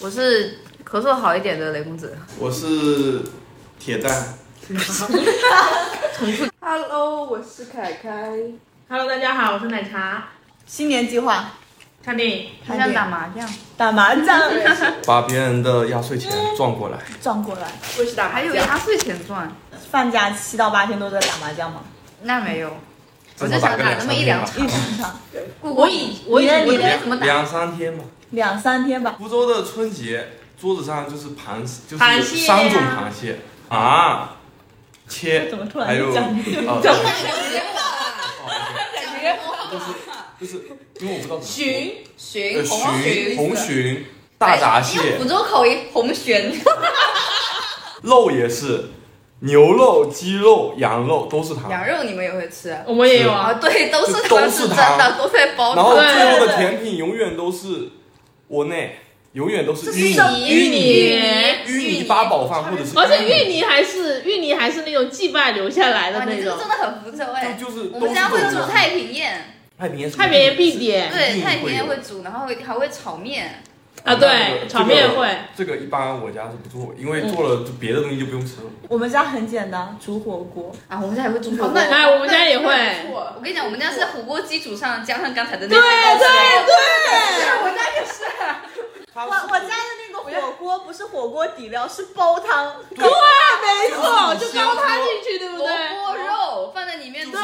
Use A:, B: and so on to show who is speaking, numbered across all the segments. A: 我是咳嗽好一点的雷公子。
B: 我是铁蛋，
C: Hello，我是凯凯。
D: Hello，大家好，我是奶茶，
E: 新年计划
D: 看电影。
A: 他想打麻将，
E: 打麻将
B: 把别人的压岁钱撞过来。
E: 撞过来，
C: 我是打麻
A: 还有
C: 将，
A: 压岁钱赚，
E: 放假七到八天都在打麻将吗？
A: 那没有，我
B: 至
A: 就
B: 少
A: 想
B: 打个
A: 打
B: 两
A: 那
B: 三
A: 么一
B: 天
A: 两
B: 吧
A: 场。
E: 一场场
A: 过
E: 我
A: 过
E: 以
A: 我以
E: 你呢
A: 我以
E: 你呢
A: 为怎么
B: 两
A: 打？
B: 两三天吧。
E: 两三天吧。
B: 福州的春节桌子上就是螃，就
D: 螃
B: 是
D: 蟹
B: 三种
D: 呀
B: 螃蟹啊，切，
E: 怎么突
B: 还
E: 然
B: 有
E: 就讲
B: 啊，对就是因为我不知道怎么说
C: 寻寻
B: 呃鲟、红鲟、大闸蟹
C: 用福、州口音红鲟，
B: 肉也是，牛肉、鸡肉、羊肉都是糖，
C: 羊肉你们也会吃啊？
D: 我们也有啊，
C: 对，都是
B: 都
C: 糖
B: 是
C: 是真
B: 糖
C: 的，都在包
B: 然后
C: 装。
B: 最后的甜品永远都是窝内，永远都是芋泥、
D: 芋泥
B: 芋泥八宝饭或者是，
D: 而且芋泥还是芋泥还是那种祭拜留下来的
C: 哇，
D: 那
C: 你这
D: 种
C: 个，真的很福州哎。
B: 就就是
C: 我
B: 都
C: 们
B: 是
C: 家会
B: 这
C: 煮
B: 种
C: 太平宴，
B: 太平也是
D: 太平也必点
C: 对，
B: 一定
C: 太平宴
B: 会有
C: 会煮，然后还会炒面。
D: 啊，对，炒面会。
B: 这个一般我家是不做，因为做了就别的东西就不用吃了。
E: 我们家很简单，煮火锅。
C: 啊，我们家也会煮火
A: 哦
C: 锅。
A: 那
D: 哎，我们家也会，
C: 我跟你讲，我们家是火锅基础上加上刚才的那些
D: 对
C: 东西。
D: 对对，
C: 对，我家也是啊。
B: 他
E: 我我家的那个火锅不是火锅底料，是煲汤。对，
D: 没错，就高它进去，对不
C: 萝
D: 对？
C: 卜肉放在里面煮。
D: 对，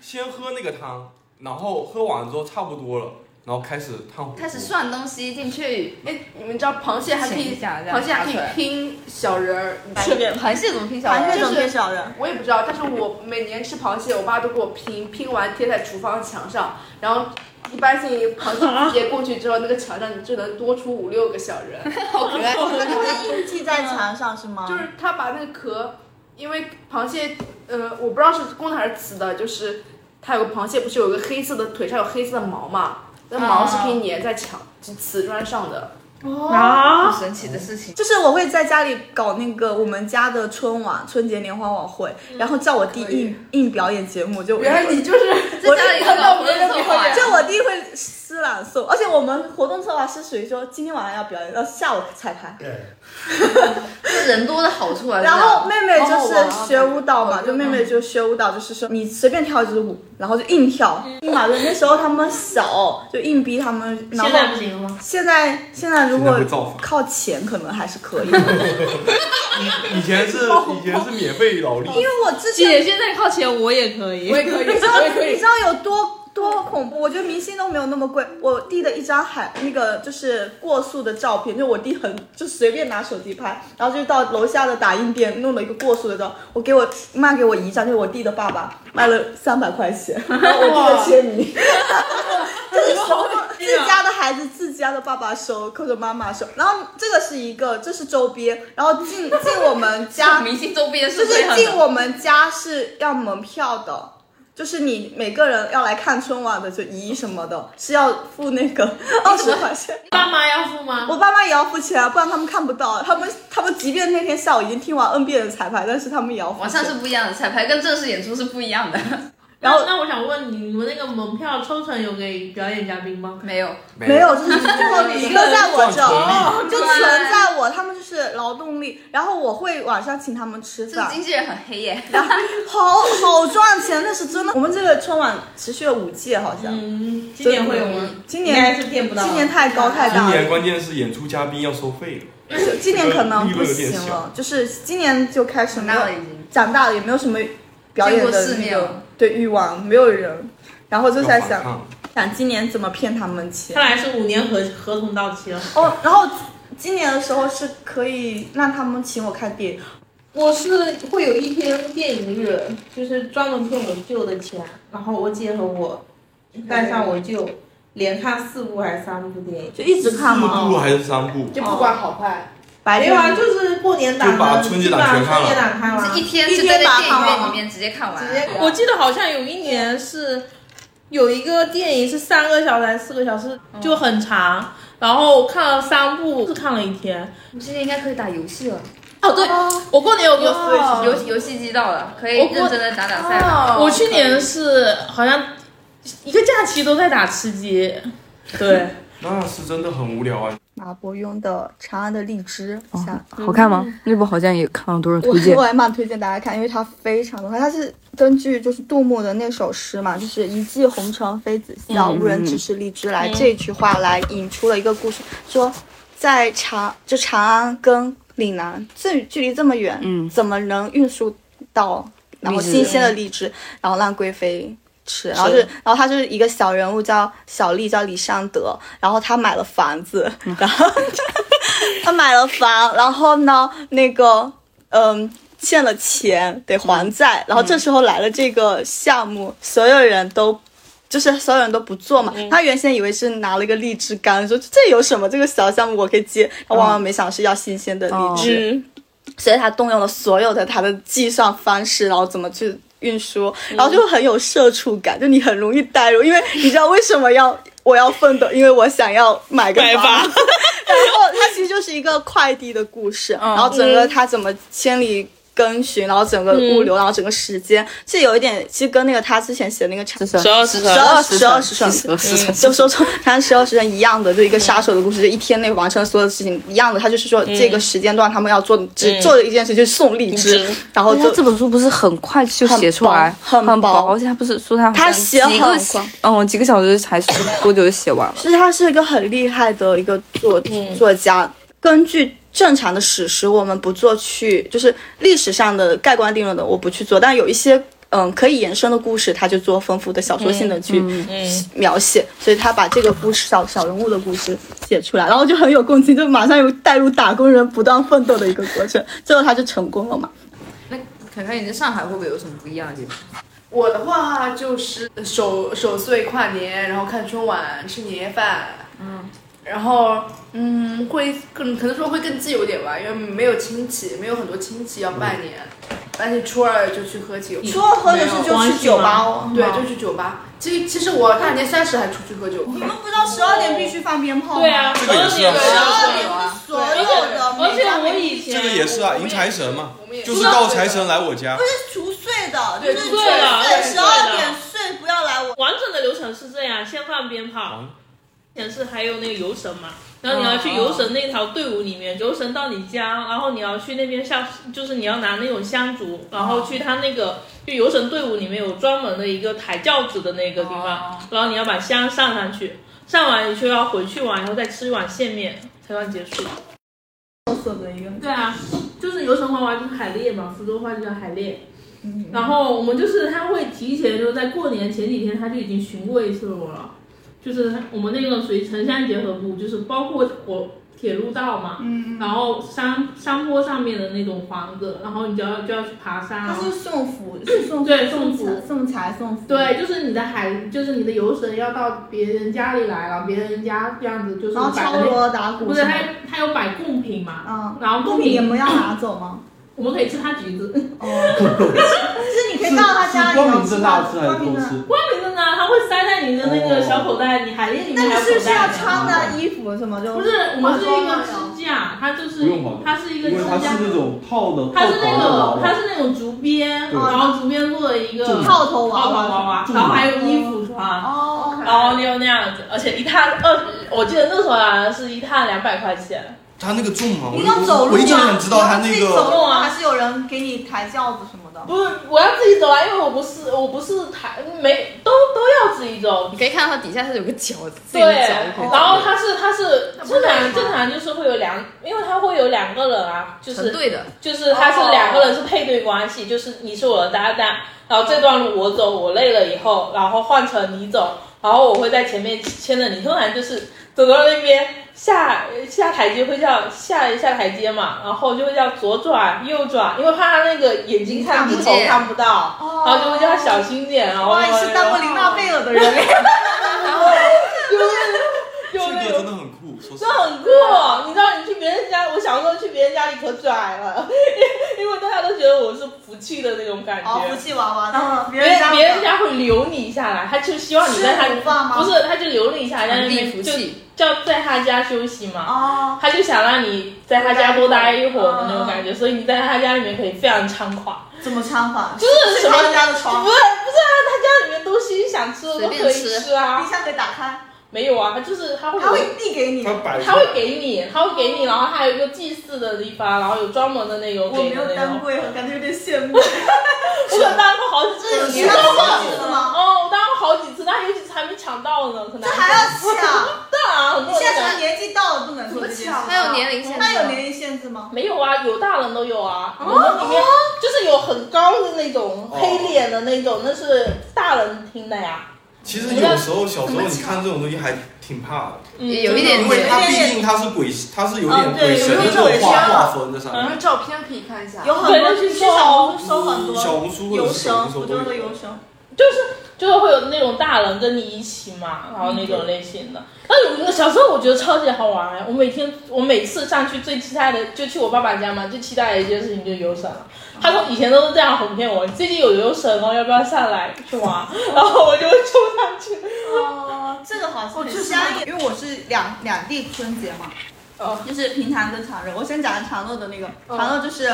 B: 先喝那个汤，然后喝完之后差不多了，然后开始烫火锅
C: 开始涮东西进去，
F: 哎，你们知道螃蟹还可
C: 剪
F: 以
C: 一，下这样
F: 螃蟹还可以
C: 拿出来
F: 拼小人儿。
E: 是的，
C: 螃蟹怎么拼小
E: 螃蟹
C: 孩？
E: 怎么变小人？
F: 我也不知道，但是我每年吃螃蟹，我妈都给我拼，拼完贴在厨房墙上，然后一般性螃蟹贴过去之后，那个墙上就能多出五六个小人，
C: 好可爱。
E: 系在墙上是吗？
F: 就是她把那个壳，因为螃蟹，呃，我不知道是公的还是雌的，就是它有个螃蟹不是有个黑色的腿上有黑色的毛嘛，那毛是可以粘在墙就瓷砖上的。
D: 啊，
C: 神奇的事情，
E: 就是我会在家里搞那个我们家的春晚、春节联欢晚会，然后叫我弟
F: 可以
E: 硬硬表演节目，就我
F: 原来你就是
C: 在家里
F: 看到
C: 搞
F: 别人
C: 的
F: 的
C: 策
F: 表
C: 划
F: 演，
E: 就我弟会诗朗诵，而且我们活动策划是属于说今天晚上要表演，到下午彩排。
C: 是人多的好处啊。
E: 然后妹妹就
F: 好好玩啊
E: 是学舞蹈嘛，
D: 哦
F: 嗯
E: 就妹妹就学舞蹈，就是说你随便跳一支舞，然后就硬跳。
D: 嗯
E: 立马伦那时候他们小，就硬逼他们。然
D: 现在
E: 后
D: 不行了吗？
E: 现在现在如
B: 现在
E: 果
B: 会造反
E: 靠钱可能还是可以的，因
B: 以以前是以前是免费劳力，
E: 为我之前
D: 姐现在靠前我也可以
F: 我，也 可以，
E: 你知道
F: 我也可
E: 你
F: 以
E: 知。道有多多恐怖？我觉得明星都没有那么贵。我弟的一张海那个就是过速的照片，就我弟很就随便拿手机拍，然后就到楼下的打印店弄了一个过速的照。我给我妈给我姨丈，就是我弟的爸爸，卖了三百块钱，然后我弟的签名。就是收自家的孩子，自家的爸爸收，或者妈妈收。然后这个是一个，这是周边，然后进进我们家
C: 明星周边
E: 就是
C: 最
E: 是
C: 狠
E: 进
C: 的。
E: 我们家是要门票的，就是你每个人要来看春晚的，就姨什么的，是要付那个 二十块钱。
D: 爸妈要付吗？
E: 我爸妈也要付钱啊，不然他们看不到。他们他们即便那天下午已经听完 N 遍的彩排，但是他们也要付
C: 网上是
E: 钱。
C: 不一样的，彩排跟正式演出是不一样的。
E: 然后
D: 那那我想问你，你们那个门票抽成有给表演嘉宾吗？
C: 没有，
E: 没有，就是最后一个在我
B: 赚
E: 这
B: 纯
E: 儿。哦
B: 利，
E: 就存在我，他们就是劳动力，然后我会晚上请他们吃
C: 这个
E: 饭，
C: 经纪人很黑 耶。
E: 然后好好赚钱，那是真的。我们这个春晚持续了五届，好像、
D: 嗯，今
E: 真
D: 年会有
E: 的
D: 吗？
E: 今应该年是骗不到，今年太高太
B: 今
E: 大
B: 年
E: 了，
B: 关键是演出嘉宾要收费了，
E: 就今年可能不
B: 利润有点
E: 行
B: 小
E: 了，就是今年就开始没有
C: 长大了已经
E: 长大了，也没有什么表演
C: 见过
E: 的
C: 世
E: 那
C: 面
E: 个
C: 了
E: 对欲望，没有人，然后就
B: 要
E: 在
B: 反
E: 想
B: 抗。
E: 想今年怎么骗他们钱
D: 看来是五年合合同到期了。
E: 哦，然后今年的时候是可以让他们请我看电影，
D: 我是会有一天电影日，就是专门骗我舅的钱，然后我姐和我带上我舅，连看四部还是三部电影。
E: 就一直看
B: 四
E: 嘛。
B: 部还是三部？
F: 就不管
C: 哦
F: 好坏，
E: 白
D: 没
E: 天
D: 有啊，就是过年档
B: 就把
D: 的，
B: 春节
D: 就
B: 档
D: 把
B: 全看
D: 春节
B: 了
D: 档看完
C: 是。一天
E: 一
C: 就
E: 天
C: 在
E: 把
C: 那电影
E: 它
C: 院里面直接看完。
F: 直接给
D: 我记得好像有一年是有一个电影是三个小时还是四个小时，就很长，然后看了三部，是看了一天。
C: 我们今天应该可以打游戏了，
D: 哦，对，我过年有个
C: 游游戏机到了，可以
D: 我过
C: 认真的打打赛了。
D: 我去年是好像一个假期都在打吃鸡，对，
B: 那是真的很无聊啊！
E: 马伯庸的《长安的荔枝》下。
G: 哦
E: 嗯
G: 好看吗？那部好像也看了多人推荐
E: 我。我还蛮推荐大家看，因为它非常的快。它是根据就是杜牧的那首诗嘛，就是“一骑红尘妃子
G: 嗯
E: 笑，无人知是荔枝来”这句话来引出了一个故事，说在长就长安跟岭南这距离这么远，
G: 嗯
E: 怎么能运输到然后
G: 荔枝嗯
E: 新鲜的荔枝，然后让贵妃吃，然后就是，然后他就是一个小人物叫小丽，叫李尚德，然后他买了房子，然后他买了房，然后呢，那个嗯。欠了钱得还债，然后这时候来了这个项目，所有人都就是所有人都不做嘛。他原先以为是拿了一个荔枝干，说这有什么这个小项目我可以接，他万万没想是要新鲜的荔枝。所以他动用了所有的他的计算方式，然后怎么去运输，然后就很有社畜感，就你很容易代入，因为你知道为什么要我要奋斗，因为我想要买个房。然后它其实就是一个快递的故事，然后整个它怎么千里。耕耘，然后整个物流，然后整个时间，这有一点，其实跟那个他之前写的那个长
G: 十
D: 十二时辰
E: 十二十二时辰，嗯 就说从长安十二时辰一样的，就一个杀手的故事，就一天内完成所有的事情一样的。他就是说这个时间段他们要做只做的一件事，就是送荔枝，然后
G: 他这
E: 哦就
G: 本书不是很快就写出来，
E: 很
G: 很
E: 薄很薄
G: 而且他不是说他
E: 他写
G: 几个
E: 很快，
G: 嗯，几个小时才是多久就写完了？
E: 其实他是一个很厉害的一个作
D: 嗯
E: 作家。根据正常的史实，我们不做去就是历史上的盖棺定论的，我不去做，但有一些。嗯，可以延伸的故事，他就做丰富的小说性的
D: 嗯
E: 去描写，所以他把这个故事小小人物的故事写出来，然后就很有共情，就马上有带入打工人不断奋斗的一个过程，最后他就成功了嘛。
H: 那凯凯，你在上海会不会有什么不一样的地方？
C: 我的话就是守守岁跨年，然后看春晚，吃年夜饭，嗯，然后嗯会更可能说会更自由一点吧，因为没有亲戚，没有很多亲戚要
H: 嗯
C: 拜年，但是初二就去喝酒，
H: 哦
E: 除了哦喝酒是就去酒吧哦，
C: 对就去酒吧。其实其实我大年三十还出去喝酒，
E: 你们不知道十二点必须放鞭炮吗？
D: 对啊，
B: 这个也是啊
D: 而且
E: 所有的，
D: 而且 我以前
B: 这个也是啊，
C: 我们
B: 迎
C: 也
B: 财神嘛
C: 我们，也
B: 就是到财神来我家
E: 不。是除税的，就是除
D: 除税
E: 税，
D: 的对
E: 十二
D: 对
E: 点睡不要来我。
D: 完整的流程是这样：先放鞭炮，以前是还有那个游神嘛，然后你要去游神那条队伍里面，游神到你家，然后你要去那边下，就是你要拿那种香烛，然后去他那个就游神队伍里面有专门的一个抬轿子的那个地
H: 哦
D: 方，然后你要把香上上去，上完你就要回去玩，然后再吃一碗线面才算结束。对啊，就是游神花花就是海猎嘛，福州话就叫海猎。然后我们就是他会提前就在过年前几天他就已经询过一次我了，就是我们那个属于城乡结合部，就是包括我铁路道嘛，然后山山坡上面的那种房子，然后你就要就要去爬山啊，
E: 送福，是送
D: 对送福
E: 送财送福，
C: 对，就是你的海，就是你的游神要到别人家里来了，别人家这样子就是
E: 然后
C: 摆
E: 敲
C: 的那
E: 锣打鼓
D: 不
E: 什
D: 是
E: 么
D: 他
E: 的，
D: 他有摆贡品嘛，
E: 嗯，
D: 然后
E: 贡品也不要拿走 吗？
D: 我们可以吃他橘子，
E: 哦，就是你可以到他家里
F: 光
E: 头
F: 明正大
E: 吃
F: 吃
E: 到
F: 还是
E: 光
F: 偷
E: 明正大。
F: 吃？
D: 外面的呢他会塞在你的那个小口袋，你海淀里面
E: 那
D: 还
E: 你
D: 有
E: 是不
D: 口
E: 是
D: 袋
E: 要
D: 呢
E: 穿的衣服什么就？
D: 不是，我们是
E: 化妆
D: 一个
E: 啊
D: 支架，它就是
F: 不用化妆
D: 它是一个
F: 因
D: 支
F: 为它
D: 架
F: 是，那种套的，
D: 它是那
F: 套
D: 个啊
F: 的
D: 它是那种竹编，
F: 对
D: 然后竹编做的一个
F: 重
E: 哦套头娃
D: 套
E: 娃
D: 娃娃，
F: 重
D: 然后还有衣服穿。
E: 哦，
D: 然后又那样子，而且一趟二，我记得那时候好像是一趟两百块钱。
B: 他那个重吗？
E: 你要
F: 啊
E: 走路
B: 我一直
E: 吗
B: 想知道他
E: 你要自
B: 那
E: 己走
B: 个
E: 路吗还是有人给你抬轿子什么的？
D: 不是，我要自己走啊，因为我不是我不是台没都都要自己走
I: 你。可以看到它底下是有个脚，自己
D: 对，
I: 的脚可以
D: 然后它是它是正常正常就是会有两，因为它会有两个人啊，就
I: 成
D: 是
I: 对的，
D: 就是他是两个人是配对关系，就是你是我的搭档，然后这段路我走，我累了以后，然后换成你走，然后我会在前面牵着你，通常就是走到那边下下台阶会叫下一下台阶嘛，然后就会叫左转右转，因为怕他那个眼睛看不头
I: 看不见
D: 看不到，
E: 哦
D: 然后就会叫他小心点，然后
E: 哇，你是当过琳娜贝尔的人，
B: 这
D: 就那
B: 个
D: 种
B: 真的很酷，说实
D: 这
B: 话。
D: 很酷，你知道你去别人家，我小时候去别人家里可拽了， 因为大家都觉得我是福气的那种感觉。
E: 哦，福气娃娃，然后别
D: 别
E: 家
D: 别人家会留你下来，他就希望你在
E: 是不
D: 他
E: 放吗
D: 不是，他就留你下来，在那
I: 传递
D: 边
I: 福
D: 就
I: 气。
D: 叫在他家休息嘛，
E: 哦，
D: 他就想让你在他家多待一会儿的那种感觉，所以你在他家里面可以非常猖狂，
E: 怎么唱法？
D: 就是
E: 是
D: 什么
E: 他家的
D: 不是啊
E: 床
D: 不是啊，他家里面东西想吃的都可以
I: 随便
D: 吃啊
E: 冰，箱得打开。
D: 没有啊，它就是它会
F: 他
D: 有
F: 会递给你，
B: 他摆出
D: 他会给你，他会给你，然后还有一个祭祀的地方，然后有专门的那个
F: 我
D: 给
F: 没
D: 的
F: 有
D: 那
F: 当
D: 种。
F: 过，我感觉有点羡慕。
D: 我可能当过好几次，
F: 你当过好几次吗
D: 哦，我当过好几次，但有几次还没抢到呢，可能
F: 这还要抢？
D: 当然啊，很多
F: 现
D: 人
F: 在
D: 抢
F: 是年纪到了不能做这件事。
J: 它有年龄限制，
F: 那有年龄限制吗？
D: 没有啊，有大人都有啊，
C: 哦
D: 我们里面就是有很高的那种黑脸的那种，那是大人听的呀。
B: 其实有时候小时候你看这种东西还挺怕的，
E: 也有一点
B: 因
C: 啊
B: 为
E: 点
B: 它毕竟它是鬼，它是有点
F: 哦对
B: 鬼神的这
F: 有一
B: 种
F: 种
B: 画画风在上
D: 嗯
B: 面。
C: 然后照片可以看一下。
F: 有很多
D: 对
F: 去小
B: 啊
F: 红书搜很多
B: 小红书或
F: 游
B: 者是小
F: 绳，
B: 红
F: 福
B: 书
F: 州
B: 都
F: 的
B: 有
F: 游。绳，
D: 就是会有那种大人跟你一起嘛，然后那种类型的。那有小时候我觉得超级好玩，我每天我每次上去最期待的就去我爸爸家嘛，最期待的一件事情就是游绳了。他说以前都是这样哄骗我，最近有游绳哦，要不要上来去玩？然后我就会冲上去。
F: 哦，这个好像很香艳，因为我是两两地春节嘛，
D: 哦，
F: 就是平潭跟长乐。我先讲长乐的那个，长乐就是。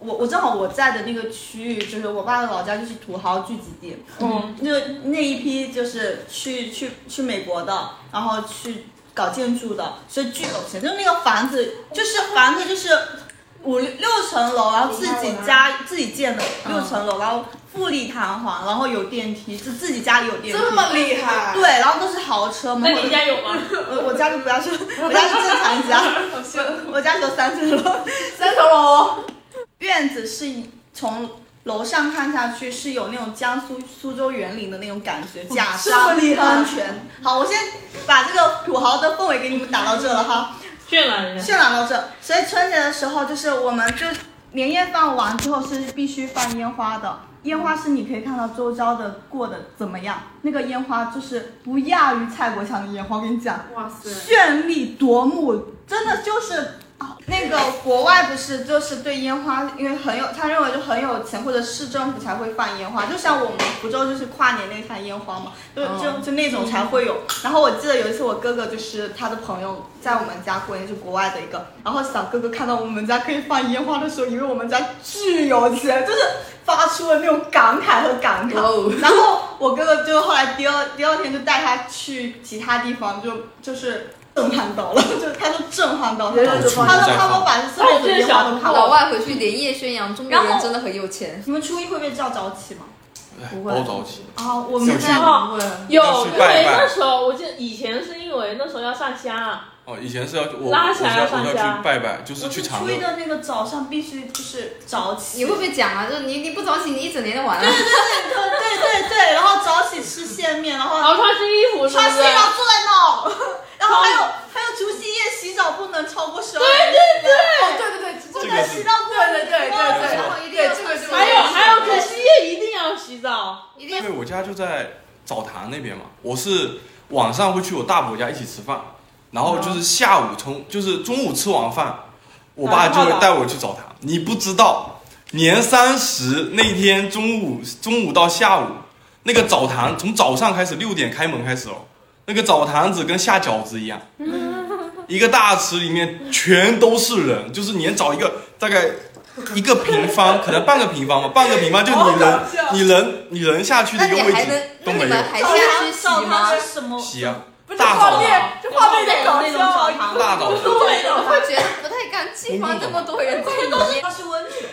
F: 我我正好我在的那个区域，就是我爸的老家，就是土豪聚集地。
D: 嗯，
F: 那那一批就是去去去美国的，然后去搞建筑的，所以巨有钱。就是那个房子，就是房子就是五六六层楼，然后自己
E: 哦
F: 家自己建的六层楼，然后富丽堂皇，然后有电梯，就自己家里有电梯。
K: 厉害
F: 对，然后都是豪车嘛。
D: 那你家有吗？
F: 我我家就不要说，我家是正常 家， 我我家只有三层楼，哦
K: 三层楼，
F: 院子是从楼上看下去是有那种江苏苏州园林的那种感觉，假山
K: 厉害
F: 喷泉。好，我先把这个土豪的氛围给你们打到这了哈。
D: 渲染人家。
F: 渲染到这，所以春节的时候就是我们就年夜饭完之后是必须放烟花的，烟花是你可以看到周遭的过得怎么样，那个烟花就是不亚于蔡国强的烟花，我跟你讲，
C: 哇塞！
F: 绚丽夺目，真的就是。啊那个国外不是就是对烟花，因为很有，他认为就很有钱或者市政府才会放烟花，就像我们福州就是跨年那场烟花嘛，就就就那种才会有。然后我记得有一次我哥哥就是他的朋友在我们家过年，是国外的一个，然后小哥哥看到我们家可以放烟花的时候，以为我们家巨有钱，就是发出了那种感慨和感慨。 然后我哥哥就后来第二第二天就带他去其他地方，就就是震撼到了， 就他说震撼到他，
K: 人人
F: 他
K: 都
F: 说
K: 放
F: 他们把所有的烟花都看
E: 老
F: 完了。
E: 外回去连夜宣扬中国人真的很有钱。
F: 你们初一会被叫早起吗？
B: 哎，包早起，
F: 啊，我们
B: 小
F: 家
D: 哦，有，
B: 要去
D: 因
B: 拜
D: 为
B: 拜
D: 那时候我记得以前是因为那时候要上香，啊
B: 哦，以前是要我我
D: 拉
B: 要
D: 起来要
B: 我
D: 上
B: 要
D: 家
B: 去拜拜，就是
F: 我
B: 去
F: 是
B: 长
F: 初
B: 乐
F: 一。的那个早上必须就是早起，
E: 你会不会讲啊？就是你你不早起，你一整年都完了。
F: 对对对对，然后早起吃线面，然后
D: 然后穿新衣服是不
F: 穿
D: 是
F: 新？然后坐在那儿，然后还有还有除夕夜洗澡不能超过十二点，
C: 哦，对对对，这
F: 不
B: 这
F: 能
B: 个
F: 洗
B: 是
F: 到过
C: 对对对对对，
E: 然后一定要
C: 这个是
D: 还有还有，除夕夜一定要洗澡。
E: 一定
B: 因
E: 要
B: 为我家就在澡堂那边嘛，我是晚上会去我大伯家一起吃饭，
E: 嗯
B: 然后就是下午从就是中午吃完饭，我爸就会带我去澡堂。你不知道，年三十那天中午中午到下午，那个澡堂从早上开始六点开门开始哦，那个澡堂子跟下饺子一 样。一个大池里面全都是人，就是你能找一个大概一个平方，可能半个平方吧，半个平方就你能你能你能下去
E: 那
B: 的一个
E: 你
B: 位
E: 还
B: 置
E: 能，那
B: 都没
E: 你
B: 有
E: 们。还
F: 澡
E: 下
F: 堂
E: 去洗
F: 澡堂
E: 吗？
F: 是什么？
B: 洗啊，
K: 不是
B: 大
K: 画
B: 澡
K: 面
B: 堂，，
K: 这画面有点搞
F: 那
K: 笑
F: 种澡
K: 啊。
F: 堂，
B: 大澡堂
K: 对的，
E: 我觉得不太干净，放这么多人在里面。
F: 它是温水。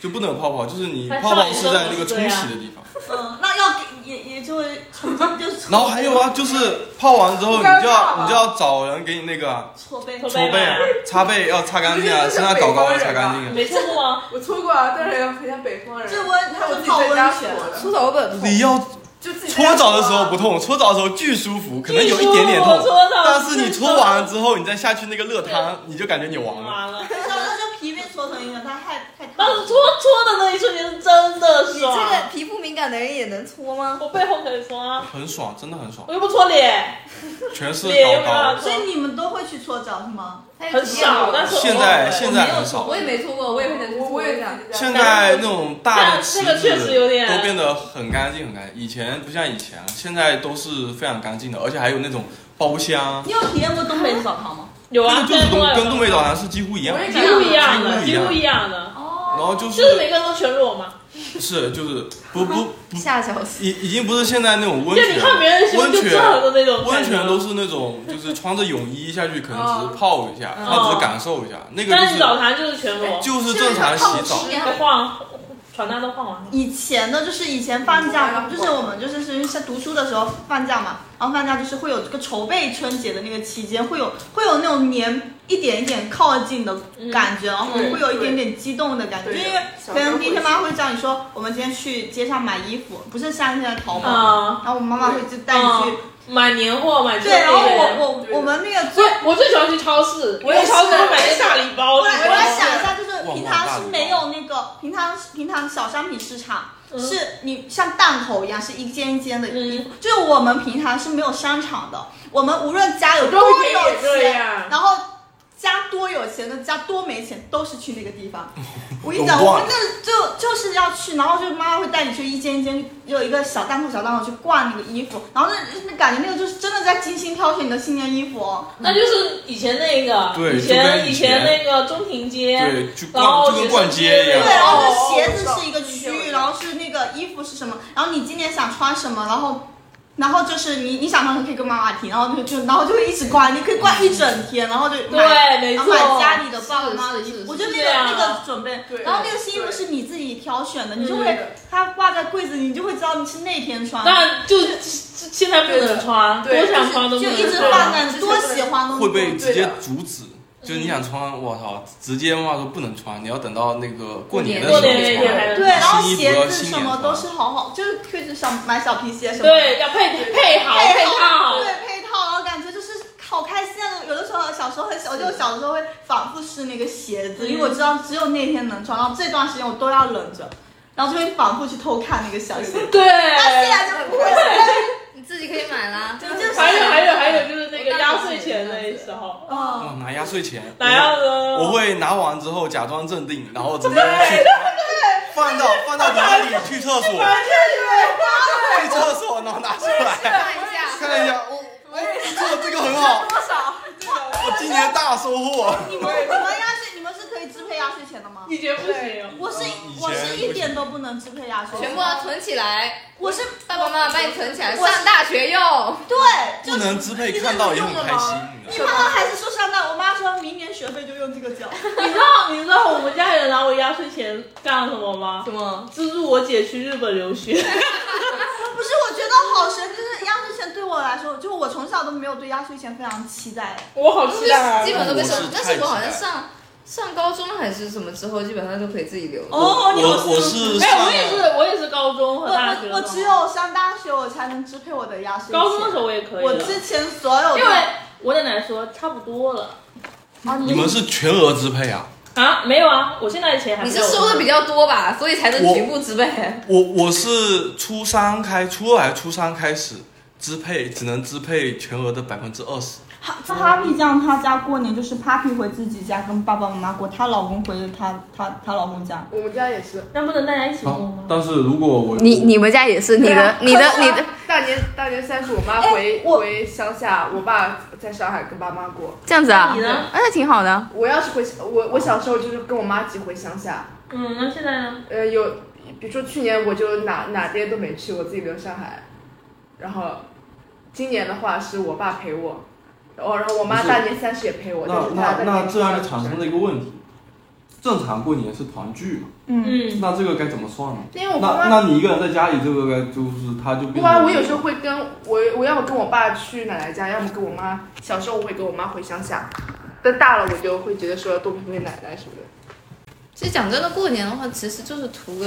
B: 就不能有泡泡，就是你泡泡是在那个
D: 啊
B: 冲洗的地方。
F: 嗯，那要给也也就会重新就是搓
B: 然后还有啊，就是泡完之后，你就要你就要找人给你那个啊
F: 搓背，
D: 搓
B: 搓背啊、擦背要擦干净啊，身上搞膏要擦干净啊。
D: 没错过
C: 我搓过啊，但是很像北方人。
F: 这温
C: 还
F: 它是
C: 有自己
F: 泡
C: 在
F: 温
C: 家
F: 泉，
C: 搓的，
E: 出手本
B: 你要
C: 就自己在家
B: 搓澡的时候不痛，搓澡的时候巨舒服，可能有一
D: 巨舒服
B: 点点痛
D: 搓澡，
B: 但是你搓完之后，你再下去那个热汤，你就感觉你完了。
D: 完了。
F: 然后它就皮被搓成一个，它太太烫
D: 当
F: 了
D: 时搓搓的那一瞬间是真的
E: 这
D: 爽，
E: 个皮肤敏感的人也能搓吗？
D: 我背后可以搓啊，
B: 很爽，真的很爽，
D: 我又不搓脸，
B: 全是
D: 脸又
B: 高
D: 没办
B: 高
D: 法。
F: 所
D: 搓，
F: 以你们都会去搓澡是吗？
D: 很少，但是偶尔
B: 现在现在很少，
E: 我也没搓过，我也会
C: 我我也这样。
B: 现在那种大的池
D: 那个
B: 子
D: 确实有点
B: 都变得很干净很干净，以前不像以前，现在都是非常干净的，而且还有那种包厢，
F: 你有体验过东北的澡堂吗？
D: 有
B: 那
D: 啊，
B: 个就是
D: 现在
B: 东
D: 有
B: 跟东北澡堂是几乎一样的。
D: 几乎一样的，
B: 几
D: 几
B: 乎
D: 乎
B: 一
D: 一样的。
F: 哦
B: 然后就
D: 就是是每个人都全裸嘛，
B: 是就是不不不，
E: 下脚死。
B: 已已经不是现在那种温
D: 就你
B: 泉
D: 看别人的胸
B: 温
D: 就
B: 泉
D: 正好的那种感
B: 温
D: 觉
B: 泉都是那种就是穿着泳衣下去，可能只是泡一下，
D: 嗯
B: 他只是感受一下，那个
D: 但是澡
B: 就
D: 堂就是全裸，
B: 是就是正常洗澡。
D: 都换床单都换完了。
F: 以前的就是以前放假，就是我们就是是像读书的时候放假嘛，然后放假就是会有这个筹备春节的那个期间，会有会有那种年一点一点靠近的感觉，然后会有一点点激动的感觉，
C: 对
F: 就
C: 对
F: 因为
C: 小
F: 可
C: 时候
F: 能
C: 会
F: 爹爹妈会叫你说，我们今天去街上买衣服，不是像现在淘宝，
D: 啊
F: 然后我妈妈会就带你去，
D: 买年货，买之
F: 对，
D: 类的
F: 然后我我我们那个最
D: 对，我最喜欢去超市，
F: 我也
D: 去超市
F: 是
D: 会买大礼包。
F: 我来我来想一下，就是
B: 旺旺
F: 平
B: 大
F: 常是
B: 礼
F: 没
B: 包
F: 有那个平常平常小商品市场。是你像档口一样，是一间一间的，
D: 嗯
F: 就是我们平常是没有商场的。我们无论家有多
D: 终于也
F: 有
D: 这
F: 钱，
D: 样，
F: 然后家多有钱的，家多没钱，都是去那个地方。我跟你
B: 都
F: 讲，我
B: 忘
F: 们
B: 了
F: 那就就是要去，然后就妈妈会带你去一间一间，有一个小档口小档口去逛那个衣服，然后那那感觉那个就是真的在精心挑选你的新年衣服哦。
D: 那就是以前那个，
B: 对
D: 以
B: 就跟
D: 前
B: 以前
D: 以前那个中庭街，
B: 对，就
D: 然后
B: 逛就跟逛街一
D: 对
B: 样
F: 对，。然后这鞋子
C: 哦
F: 是一个区
C: 我知
F: 域，
C: 道
F: 然后是那个衣服是什么，然后你今年想穿什么，然后。然后就是你，你想穿什么可以跟妈妈提，然后就就然后就会一直逛，你可以逛一整天，然后就买，
D: 对，没
F: 然
D: 错
F: 后，买家里的爸爸妈妈的衣
E: 是
F: 服，
E: 是是
F: 我觉得那
D: 对
F: 个
D: 啊
F: 那个准备
C: 对，
F: 然后那个新衣服
C: 对
F: 是你自己挑选的，你就
D: 嗯
F: 会它挂在柜子，你就会知道你是那天穿，
D: 当然就现在不能穿，多
C: 对
D: 想穿都不
F: 就
D: 能
F: 一直
D: 穿
F: 放。在
C: 之前
F: 多
C: 不能
F: 喜欢都
B: 会被直接
C: 对的
B: 阻止。
F: 嗯
B: 就是你想穿，我操，直接妈妈说不能穿，你要等到那个过年的时
D: 过
B: 候
D: 年那天还
B: 穿。
D: 能
F: 对，然后
B: 新衣服
F: 鞋
B: 要
F: 子
B: 新
F: 什
B: 年
F: 么
B: 穿
F: 都是好好，就是可以想买小皮鞋什么的，
D: 对，要配配好配套，
F: 对配套，然后感觉就是好开心啊！有的时候小时候很小，我就小的时候会反复试那个鞋子，
D: 嗯
F: 因为我知道只有那天能穿，然后这段时间我都要忍着，然后就会反复去偷看那个小鞋。
D: 对。
F: 但现在就不会了，
E: 你自己可以买啦。
F: 就就是
D: 还有
E: 哎
D: 还有还有就是那个压岁钱那时候，
F: 哦，
B: 哦，拿压岁钱，
D: 哪样呢？
B: 我会拿完之后假装镇定，然后直接去放到放到哪里去厕所，去厕所然后拿出来
E: 看一下，
B: 看一下，我我做这个很好，我今年大收获。
F: 你们你们压岁你们是可以支配压岁钱的吗？
D: 你觉得不行？
F: 我是
B: 以前
F: 我是一点都不能支配压岁钱，
E: 全部要存起来。
F: 我是
E: 爸爸妈妈把你存起来，
F: 我是
E: 上大学用。
F: 对，就
B: 不能支配，看到也很开心，你知道
F: 妈妈还是说上当，我妈说明年学费就用这个 交。
D: 你知道你知道我们家人拿我压岁钱干了什么吗？
F: 什么？
D: 资助我姐去日本留学。
F: 不是，我觉得好神，就是压岁钱对我来说，就我从小都没有对压岁钱非常期待。
D: 我好期待啊！
E: 基本都被收
B: 我是，
E: 但是我好像上上高中还是什么之后，基本上都可以自己留。
F: 哦，你
B: 我我是
D: 没有，我也
B: 上
D: 是，我也是高中
F: 我
D: 和大学的时
F: 我
D: 候。
F: 我只有上大学我才能支配我的压岁钱。
D: 高中的时候我也可以
F: 我
D: 了
F: 之前所有的
D: 因为我奶奶说差不多了
B: 你们是全额支配啊？
D: 啊，没有啊，我现在的钱还
E: 你
D: 没
E: 是
D: 有
E: 收的比较多吧，所以才能
B: 我
E: 局部支配。
B: 我我是初三开，初二还是初三开始支配，只能支配全额的百分之二十。
F: 哈哈皮酱她家过年就是 Papi 回自己家跟爸爸妈妈过，她老公回她她她老公家。
C: 我们家也是，
D: 那不能大家一起过
C: 嗯
D: 吗？
L: 但是如果我
M: 你你们家也是，你
C: 哎
E: 啊
M: 的你的你的，
C: 大年大年三十，我
E: 哎
C: 妈回
F: 我
C: 回乡下，我爸在上海跟爸妈过。
M: 这样子啊
D: 你呢？
M: 哎那挺好的。
C: 我要是回我我小时候就是跟我妈一起回乡下，
D: 嗯，那现在呢？
C: 呃，有比如说去年我就哪哪边都没去，我自己留上海，然后今年的话是我爸陪我，哦，然后我妈
L: 不是
C: 大年三十也陪我，
L: 那
C: 但是她
L: 那
C: 在
L: 那
C: 年
L: 这样就产生了一个问题，正常过年是团聚嘛，
D: 嗯，
L: 那这个该怎么算呢？
C: 因为我爸
L: 那
C: 妈。
L: 那你一个人在家里，这个该就是他就
C: 不
L: 变
C: 啊，
L: 成
C: 我有时候会跟我，我要么跟我爸去奶奶家，要么跟我妈。小时候我会跟我妈回乡下，但大了我就会觉得说多陪陪奶奶什么的。
E: 其实讲真的，过年的话，其实就是图个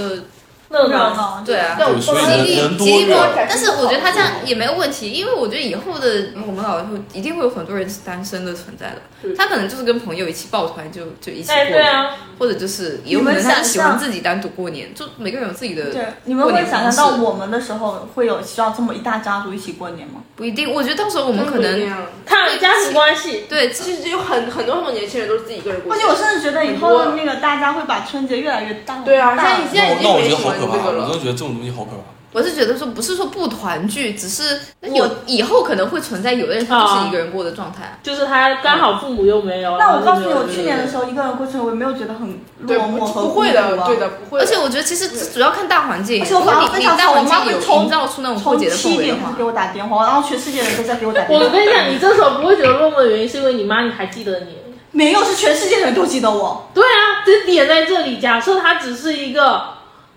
D: 乐
F: 热
D: 闹。
F: 闹，
E: 对啊，
C: 但我
B: 对所以
C: 爸妈
E: 吉
B: 人
E: 利
B: 人多
E: 吉利
B: 越
E: 多
B: 好，
E: 但是我觉得他这样也没有问题，因为我觉得以后的嗯我们老了以后，一定会有很多人是单身的存在
C: 对
E: 的。他可能就是跟朋友一起抱团就就一起过
D: 哎，对
E: 年，
D: 啊，
E: 或者就是有
F: 你
E: 可
F: 们
E: 能
F: 想
E: 他
F: 象
E: 喜欢自己单独过年，就每个人有自己的，
F: 对，你们会想象到我们的时候会有需要这么一大家族一起过年吗？
E: 不一定。我觉得到时候我们可
C: 真的不一
E: 能
C: 样
D: 看家庭关系。
E: 对
C: 其实有很很多很多年轻人都是自己一个人过
F: 而
C: 去
F: 且。我甚至觉得以后那个大家会把春节越来越大。
C: 对啊，
F: 大
C: 像你现在已
B: 那
C: 经
B: 我觉
C: 没
B: 得
C: 什
B: 好
C: 么
B: 可
C: 这
B: 怕，
C: 个
B: 我真
C: 了。
B: 的觉得这种东西好可怕。
E: 我是觉得说不是说不团聚，只是
D: 我
E: 有以后可能会存在有的人他就是一个人过的状
F: 啊
E: 态。啊
D: 就是他刚好父母又没有。
F: 那我
D: 然
F: 告
D: 后
F: 诉你，
D: 就没有
F: 我去年的时候一个人过去，我也没有觉得很落
C: 对，
F: 寞
C: 不
F: 和
C: 不会
F: 孤独
C: 的，
F: 啊
C: 对的，不会的。
E: 而且我觉得其实只主要看大环境，
F: 而且
E: 如
F: 我
E: 果
F: 反而
E: 你
F: 非
E: 你
F: 常
E: 大
F: 好我
E: 环
F: 妈
E: 境有
F: 会冲
E: 营造出那种过
F: 从
E: 节的氛
F: 七
E: 围的
F: 点
E: 话
F: 钟给，我打电话，然后全世界人都在给我打电
D: 我
F: 话。
D: 跟你讲，你这时候不会觉得落寞的原因，是因为你妈你还记得你。
F: 没有，是全世界的人都记得我。
D: 对啊，这点在这里。假设他只是一个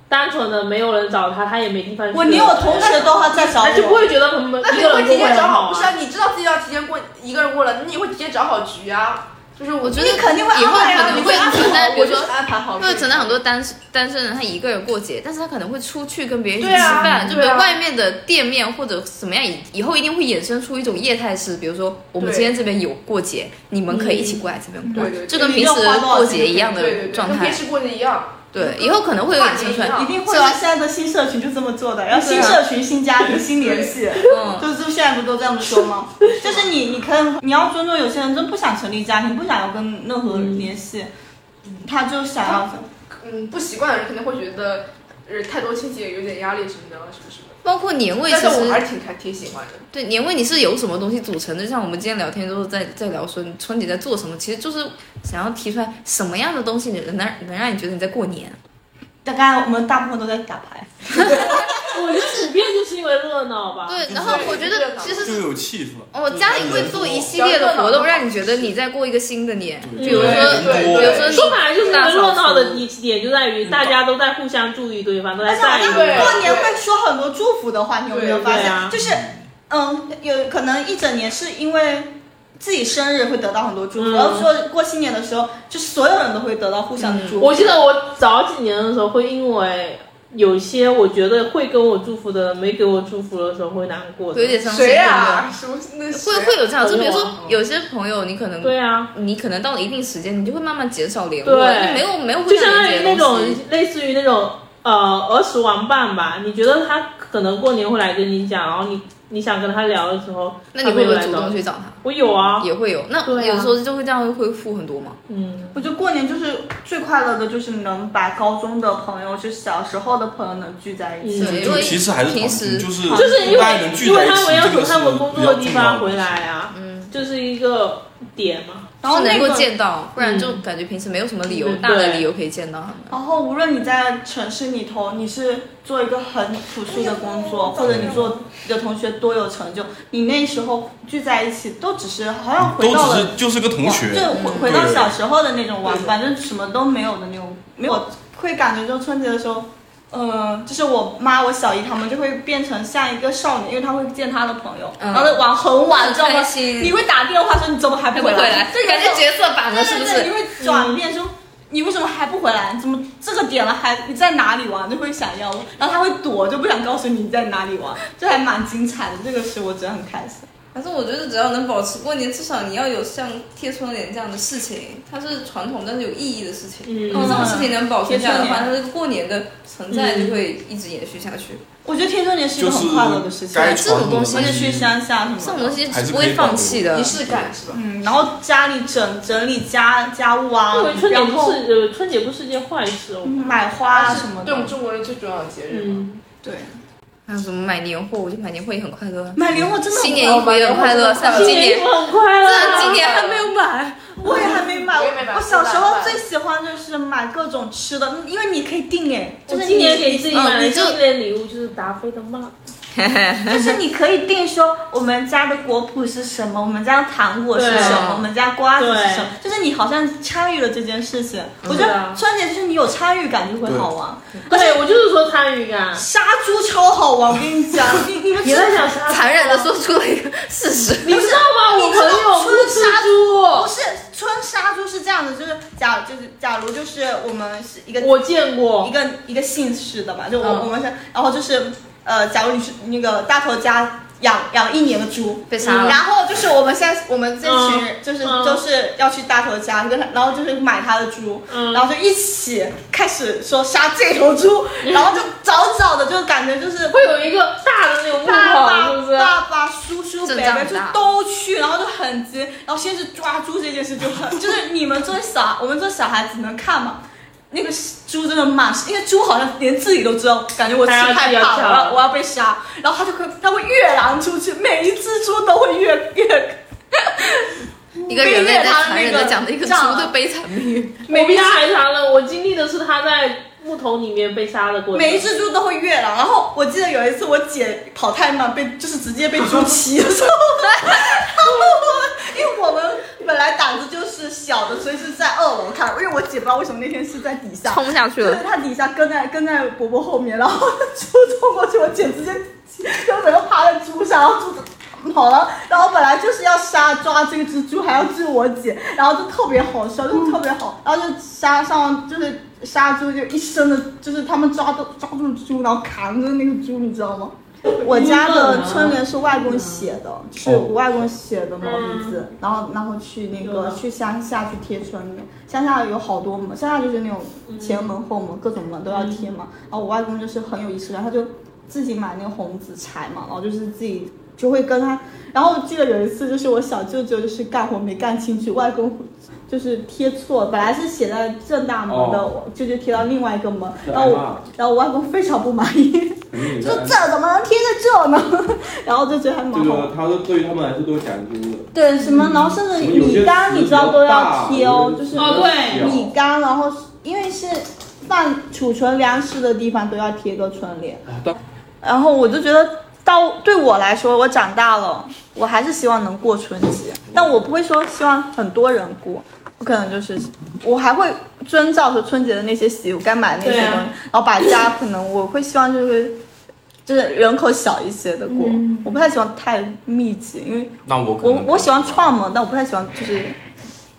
D: 单纯的没有人找他，他也没地方去。哎
F: 我连我同学都还在找
D: 他就不
F: 我。
D: 会觉得很 闷
C: 那
D: 一
C: 你
D: 个
C: 会
D: 人
C: 提
D: 过
C: 前
D: 会
C: 找
D: 很好
C: 好，不是啊？
D: 啊。
C: 你知道自己要提前过一个人过了，那你会提前找好局啊。就是我
E: 我觉得
F: 你肯定会
E: 以后
F: 安排
E: 可
F: 啊
E: 能
F: 你会
E: 会
F: 安排
E: 存在，
F: 好
E: 比如
C: 就
E: 说
C: 是安排好
E: 会存在很多单身单身人，他一个人过节，但是他可能会出去跟别人一起
C: 对
E: 吃
C: 啊
E: 饭，就比
C: 对
E: 如
C: 啊
E: 外面的店面或者怎么样，以以后一定会衍生出一种业态式，比如说我们
C: 对嗯
E: 今天这边有过节，你们可以一起过来这边过
C: 对对，
E: 就跟
F: 对
E: 平
F: 要
E: 时
F: 花多少
E: 过
F: 钱
E: 节一样
C: 对对
E: 的
C: 对，
E: 状
C: 跟
E: 态
C: 平。时过的一样。
E: 对，以后可能会有衍生出来
C: 跨
F: 一
C: 年一。
F: 定会 啊！现在的新社群就这么做
D: 啊
F: 的，然后新社群、新家庭、新联 系，
E: 嗯
F: 就是就现在不都这样子说吗？ 就是你，你可以，你要尊重有些人真不想成立家庭，不想要跟任何人联系，他就想要
C: 嗯，不习惯的人肯定会觉得，呃，太多亲戚有点压力什么的，是不是？
E: 包括年味，
C: 但
E: 其
C: 是我还
E: 实
C: 是挺开挺喜欢的。
E: 对年味你是由什么东西组成的？就像我们今天聊天都是在在聊说你春节在做什么，其实就是想要提出来什么样的东西能让能让你觉得你在过年。
F: 大概我们大部分都在打牌，
D: 我觉得普遍就是因为热闹吧。
E: 对，然后我觉得其实
B: 就有气氛。
E: 哦我家里会做一
B: 些，
E: 系列
C: 嗯
E: 的活动，让你觉得你在过一个新的年。
B: 对
D: 比如说
B: 人多
C: 对
E: 比如说你
D: 说白了就是因
E: 大
D: 为
E: 扫除
D: 热闹的点就在于大家都在互相注意对方，都
F: 而
D: 在
F: 且好
D: 在意
F: 像
D: 对方。
F: 过年会说很多祝福的话，你有没有发
D: 对对
F: 现
D: 啊？
F: 就是，嗯，有可能一整年是因为自己生日会得到很多祝福，
D: 嗯
F: 然后说过新年的时候，就是所有人都会得到互相的祝福。
D: 嗯我记得我早几年的时候，会因为有些我觉得会跟我祝福的人没给我祝福的时候会难过的。
E: 有点伤心，
C: 谁
E: 对
C: 呀？什么那
E: 不
C: 谁
E: 对？
C: 啊
E: 会会有这样，就比如说
D: 朋
E: 有些朋友，你可能
D: 对啊，
E: 你可能到了一定时间，你就会慢慢减少联络，
D: 对
E: 因为没有没有
D: 就
E: 互
D: 相
E: 相
D: 当于
E: 连接
D: 那
E: 的
D: 种
E: 东西。
D: 类似于那种呃儿时玩伴吧。你觉得他可能过年会来跟你讲，然后你你想跟他聊的时候，
E: 那你
D: 他会
E: 会不会
D: 来
E: 主
D: 找
E: 动
D: 你
E: 去找他？
D: 我有啊，
E: 也会有，那
D: 对啊
E: 有时候就会这样会恢复很多嘛。
D: 嗯，
F: 我觉得过年就是最快乐的，就是能把高中的朋友，就是小时候的朋友能聚在一起。
E: 对，
D: 嗯
E: 因
B: 就
E: 为
B: 其实还是
E: 平
B: 团
E: 时
B: 聚就是
F: 就
D: 就是因
B: 大家能
D: 为
B: 聚
D: 因
B: 在
D: 为
B: 一
D: 他们
B: 起，
D: 要
B: 这
D: 从
B: 个是
D: 他们工
B: 比
D: 作
B: 较
D: 的地
B: 重要
D: 方
B: 的
D: 回来啊，
E: 嗯，
D: 就是一个点嘛。
F: 然后
E: 是能
F: 那
E: 够
F: 个，
E: 见到，不然就
D: 嗯
E: 感觉平时没有什么理由
D: 对
E: 大的理由可以见到他们。
F: 然后无论你在城市里头，你是做一个很朴素的工作，
E: 嗯
F: 或者你做你的同学多有成就，你那时候聚在一起，都只是好像回
B: 都
F: 到
B: 只
F: 了哦
B: 是就是个同学
F: 就，回
E: 嗯
F: 回到小时候的那种玩，反正什么都没有的那种。没有，我会感觉就春节的时候，呃，就是我妈、我小姨他们就会变成像一个少年，因为她会见她的朋友，
E: 嗯
F: 然后玩很晚，
E: 很
F: 知道吗
E: 开？心
F: 你会打电话说你怎么还不
E: 还不回
F: 回
E: 来，
F: 这
E: 感觉角色反了，是不
F: 对对对，你
E: 是？
F: 会转变说。你为什么还不回来？怎么这个点了还你在哪里玩？就会想要，然后他会躲，就不想告诉你在哪里玩，这还蛮精彩的。这个是我觉得很开心。
E: 反正我觉得只要能保持过年，至少你要有像贴春联这样的事情，它是传统但是有意义的事情。
D: 嗯
E: 如果这种事情能保存下来的话，
F: 贴
E: 它这个过年的存在就会一直延续下去。
F: 我觉得贴春联是一
B: 就
F: 个
B: 是
F: 很快乐的事情，
B: 该
E: 这种
B: 传统
E: 东
B: 的
E: 西
F: 而且去乡下什么的
E: 这种东西是不会放弃的
C: 仪。式感是吧？
F: 嗯，然后家里整整理家家务啊
D: 因为，春节
F: 然
D: 不
F: 后
D: 是呃春节不是件坏事哦，
F: 买花啊什么
C: 对
F: 的
C: 我们，中国人最重要的节日嘛。
D: 嗯。
F: 对，
E: 还有什么买年货？我觉得买年货也很快乐啊。
F: 买年货真的很
E: 新年衣服也很快乐，像
D: 今
E: 今
D: 年
E: 年
D: 衣服，很快乐
E: 但
D: 啊，
E: 今年还没有买。
F: 我也还没买
C: 我也没买。
F: 我小时候最喜欢就是买各种吃的，嗯因为你可以定哎，
D: 我
F: 就是
D: 今年
F: 你
D: 给自己买
E: 嗯
D: 的
E: 你就
D: 新年礼物就是达菲的帽，
F: 就是你可以定说我们家的果脯是什么，我们家的糖果是什么，
E: 对
F: 我们家瓜子是什么，
D: 对
F: 就是你好像参与了这件事情。我觉
D: 是
F: 得
D: 啊
F: 春节就是你有参与感就会好玩。
D: 对我就是说参与感。
F: 杀猪超好玩，我跟你 讲，你你们
D: 你在想啥？
E: 残忍的说出了一个事实，
D: 你知道吗？我
F: 你知
D: 朋
F: 道
D: 友不
F: 春
D: 吃
F: 杀不
D: 猪，
F: 是春杀猪是这样的，就是假就是假如就是我们是一个
D: 我见
F: 一
D: 过。嗯
F: 个一个姓氏的吧，就我、我们是，然后就是呃，假如你是那个大头家养养一年的猪。
E: 被杀了
F: 然。后就是我们现在我们这群人就是
D: 嗯
F: 都是要去大头家跟他，然后就是买他的猪，
D: 嗯
F: 然后就一起开始说杀这头 猪，然后就早早的就感觉就是
D: 会有一个大的那种木
F: 爸
D: 头，是
F: 爸、
D: 不是？
F: 爸爸、叔叔、伯
E: 阵仗
F: 伯
E: 很
F: 就
E: 大
F: 都去，然后就很急，然后先是抓猪这件事就很，就是你们作为小，我们做小孩子能看嘛，那个猪真的骂，因为猪好像连自己都知道，感觉我吃
D: 它要
F: 太
D: 自己要
F: 胖
D: 跳
F: 了，我要被杀，然后它就会，它会越狼出去，每一只猪都会越越。
E: 一个人类在
F: 它
E: 残忍的讲的一个猪的悲惨命 运。
D: 我比他还长呢，我经历的是他在木头里面被杀的过程。
F: 每一只猪都会越狼。然后我记得有一次我姐跑太慢，被就是直接被猪骑走了。 然后我因为我们本来胆子就是小的，所以是在二楼看。因为我姐不知道为什么那天是在底 下
E: 冲下去
F: 对
E: 了，，
F: 她底下跟在跟在伯伯后面，然后猪冲过去，我姐直接就整个趴在猪上，然后猪跑了。然后本来就是要杀抓这个蜘蛛，还要救我姐，然后就特别好笑，就特别好，然后就杀上就是杀猪，就一身的，就是他们抓住抓住猪，然后扛着那个猪，你知道吗？我家的春联是外公写的，是我外公写的毛笔字，然后然后去那个去乡下去贴春联，乡下有好多门，乡下就是那种前门后门各种门都要贴嘛，然后我外公就是很有仪式感，他就自己买那个红紫柴嘛，然后就是自己就会跟他，然后我记得有一次就是我小舅舅就是干活没干清楚，外公就是贴错，本来是写在正大门的，
L: 哦
F: 我舅舅贴到另外一个门，
L: 这
F: 然后
L: 挨骂
F: 我然后我外公非常不满 意。
D: 哦
L: 嗯
F: 说这怎么能贴在这呢？ 然后就觉得还蛮好玩。
L: 他对于他们来说都是讲究的。
F: 对，什么，然后甚至米缸，你知道都要贴哦，就是
D: 哦对
F: 米缸，然后因为是放储存粮食的地方都要贴个春联。然后我就觉得到对我来说，我长大了，我还是希望能过春节，但我不会说希望很多人过。我可能就是，我还会遵照着春节的那些习俗，该买那些东西，
D: 对啊
F: 然后把家可能我会希望就是，就是人口小一些的过，
D: 嗯
F: 我不太喜欢太密集，因为
B: 那我可
F: 我
B: 能
F: 我喜欢串门，但我不太喜欢就是，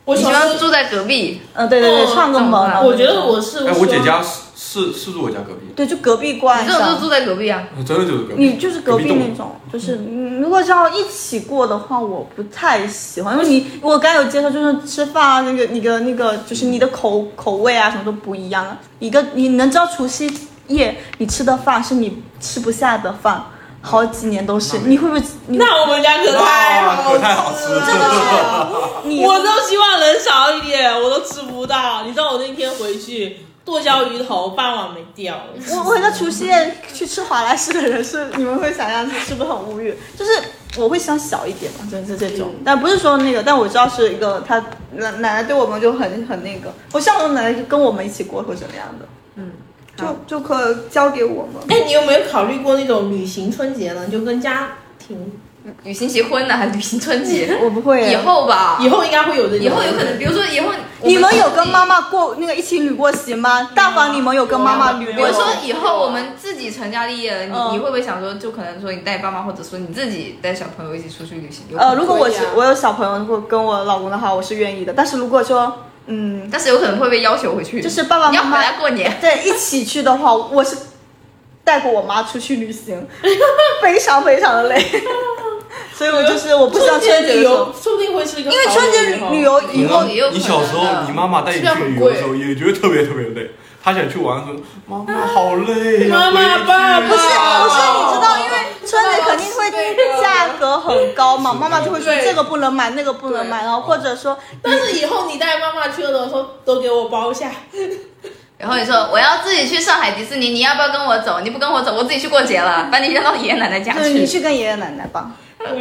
D: 我
E: 你
D: 喜
E: 喜
D: 欢
E: 欢，住在隔壁，
F: 嗯，对对对，
D: 哦
F: 串个
E: 这种
F: 门
E: 吧
F: 啊。
D: 我觉得我是，
B: 哎，
D: 喜
B: 我
D: 欢
B: 姐家是是是住我家隔壁，
F: 对，就隔壁关
E: 你这种
F: 上
E: 就。住在隔壁啊。
B: 真的就是隔壁。
F: 你就是隔壁
B: 栋
F: 那种，就是嗯如果是要一起过的话，我不太喜欢，因为你我刚有介绍，就是吃饭啊，那个你的那个就是你的口口味啊，什么都不一样。一个你能知道除夕夜你吃的饭是你吃不下的饭，好几年都是，你会不会？你
D: 那我们家可太
B: 哇，
D: 好
B: 可
D: 了，
B: 太好吃了！
F: 你
D: 我都希望人少一点，我都吃不到。你知道我那天回去剁椒鱼头，半碗没掉。
F: 我我在除夕夜去吃华莱士的人是你们会想象是是不是很无语？就是我会想小一点嘛，就是这
E: 嗯
F: 种，但不是说那个，但我知道是一个他奶奶奶对我们就很很那个，我像我奶奶就跟我们一起过或怎么样的，嗯，就就可交给我们。
N: 哎，你有没有考虑过那种旅行春节呢？就跟家庭，
E: 旅行结婚呢，还 旅行春节？
F: 我不会，
E: 嗯以后吧，
N: 以后应该会有这种。
E: 以后有可能，比如说以后我
F: 你们有跟妈妈过那个一起旅过行吗？但凡你们有跟妈妈旅
E: 比
F: 过
E: 如
F: 行，
E: 说以后我们自己成家立业了，你、
F: 嗯
E: 你会不会想说，就可能说你带爸妈，或者说你自己带小朋友一起出去旅行？有可
F: 呃，
E: 能
F: 如果我是
C: 可以啊
F: 我有小朋友或跟我老公的话，我是愿意的，但是如果说嗯，
E: 但是有可能会被要求回去，
F: 就是爸爸
E: 你
F: 妈
E: 要回
F: 妈
E: 来过年。
F: 对，一起去的话，我是带过我妈出去旅行， 非常非常的 累，所以我就是我不希望
D: 春
F: 春节的
D: 旅
F: 时候
D: 游，说不定会是一个
F: 因为春节旅旅游以后，
E: 也有可能
B: 你小时候，你妈妈带你去旅游的时候，也觉得特别特别累。她想去玩的时候，妈妈好累呀、
D: 妈妈
B: 回去
D: 爸爸
F: 不是
B: 啊
F: 不是，你知道，因为春节肯定会价格很高嘛，妈妈就会说
D: 对
F: 这个不能买，那个不能买，然后或者说
D: 但是以后你带妈妈去了的时候，都给我包下。
E: 然后你说我要自己去上海迪士尼，你要不要跟我走？你不跟我走，我自己去过节了，把你扔到爷爷奶奶家
F: 就是你去跟爷爷奶奶吧，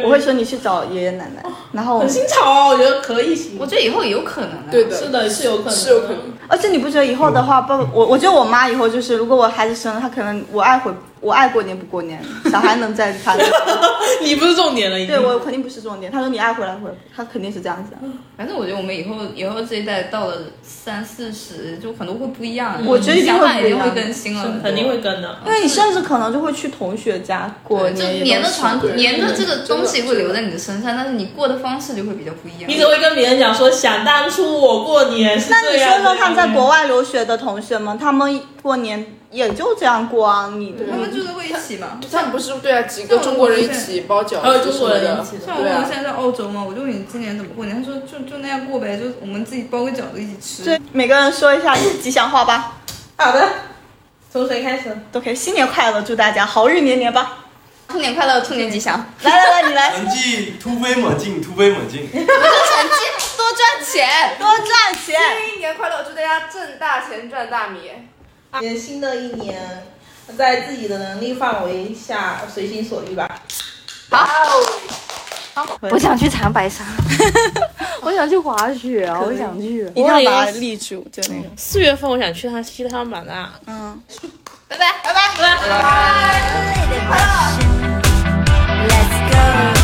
F: 我会说你去找爷爷奶奶，然后
D: 很新潮哦，我觉得可以行
E: 我。觉得以后也有可能的。啊
C: 对的，
D: 是的，是有可能，
C: 是有可能。
F: 而且你不觉得以后的话，爸爸，我我觉得我妈以后就是，如果我孩子生了，她可能我爱回我爱过年不过年，小孩能在她那。
D: 你不是重点了，已经
F: 对我肯定不是重点。她说你爱回来回来，她肯定是这样想。
E: 反正我觉得我们以后以后这一代到了三四十，就很多会不一样。
F: 我觉得一定
E: 想
F: 会
E: 法
F: 不
E: 一
F: 一
E: 定
F: 样
E: 会更新了，
D: 肯定会跟的。
F: 因为你甚至可能就会去同学家过
E: 就
F: 年，
E: 粘的传
C: 对
E: 粘的这个东西会留在你的身上，但是你过的方式就会比较不一样。
D: 你只会跟别人讲说，想当初我过年是
F: 那你
D: 啊这样嗯
F: 说说看，在国
D: 外，
F: 外留学的同学们，他们过年也就这样过啊。你
E: 他们住在会一起嘛？
C: 他们不是对啊，几个中国人一起包饺子，
D: 还有中国人一起的
E: 像我朋
C: 对
E: 友
C: 啊
E: 现，在在澳洲嘛，我就问你今年怎么过年，他说就就那样过呗，就我们自己包个饺子一起吃。
F: 这每个人说一下吉祥话吧，
N: 好的，从谁开始？
F: 都可以。新年快乐，祝大家好运连连吧！
E: 兔年快乐，兔年吉祥。
F: 네.来来来，你来
B: 成绩突飞猛进，突飞猛进。
F: 多
E: 赚钱，
F: 多赚钱。
C: 新年快乐！祝大家挣大钱赚大米。
D: 也新的一啊年，在自己的能力范围下随心所欲吧。
M: 我想去长白山， 我想去滑雪啊，我想去。
F: 一定要把它立住，就那种。
O: 四月份我想去趟西双版纳。
F: 嗯。
P: 拜拜拜拜拜拜。
Q: Let's go.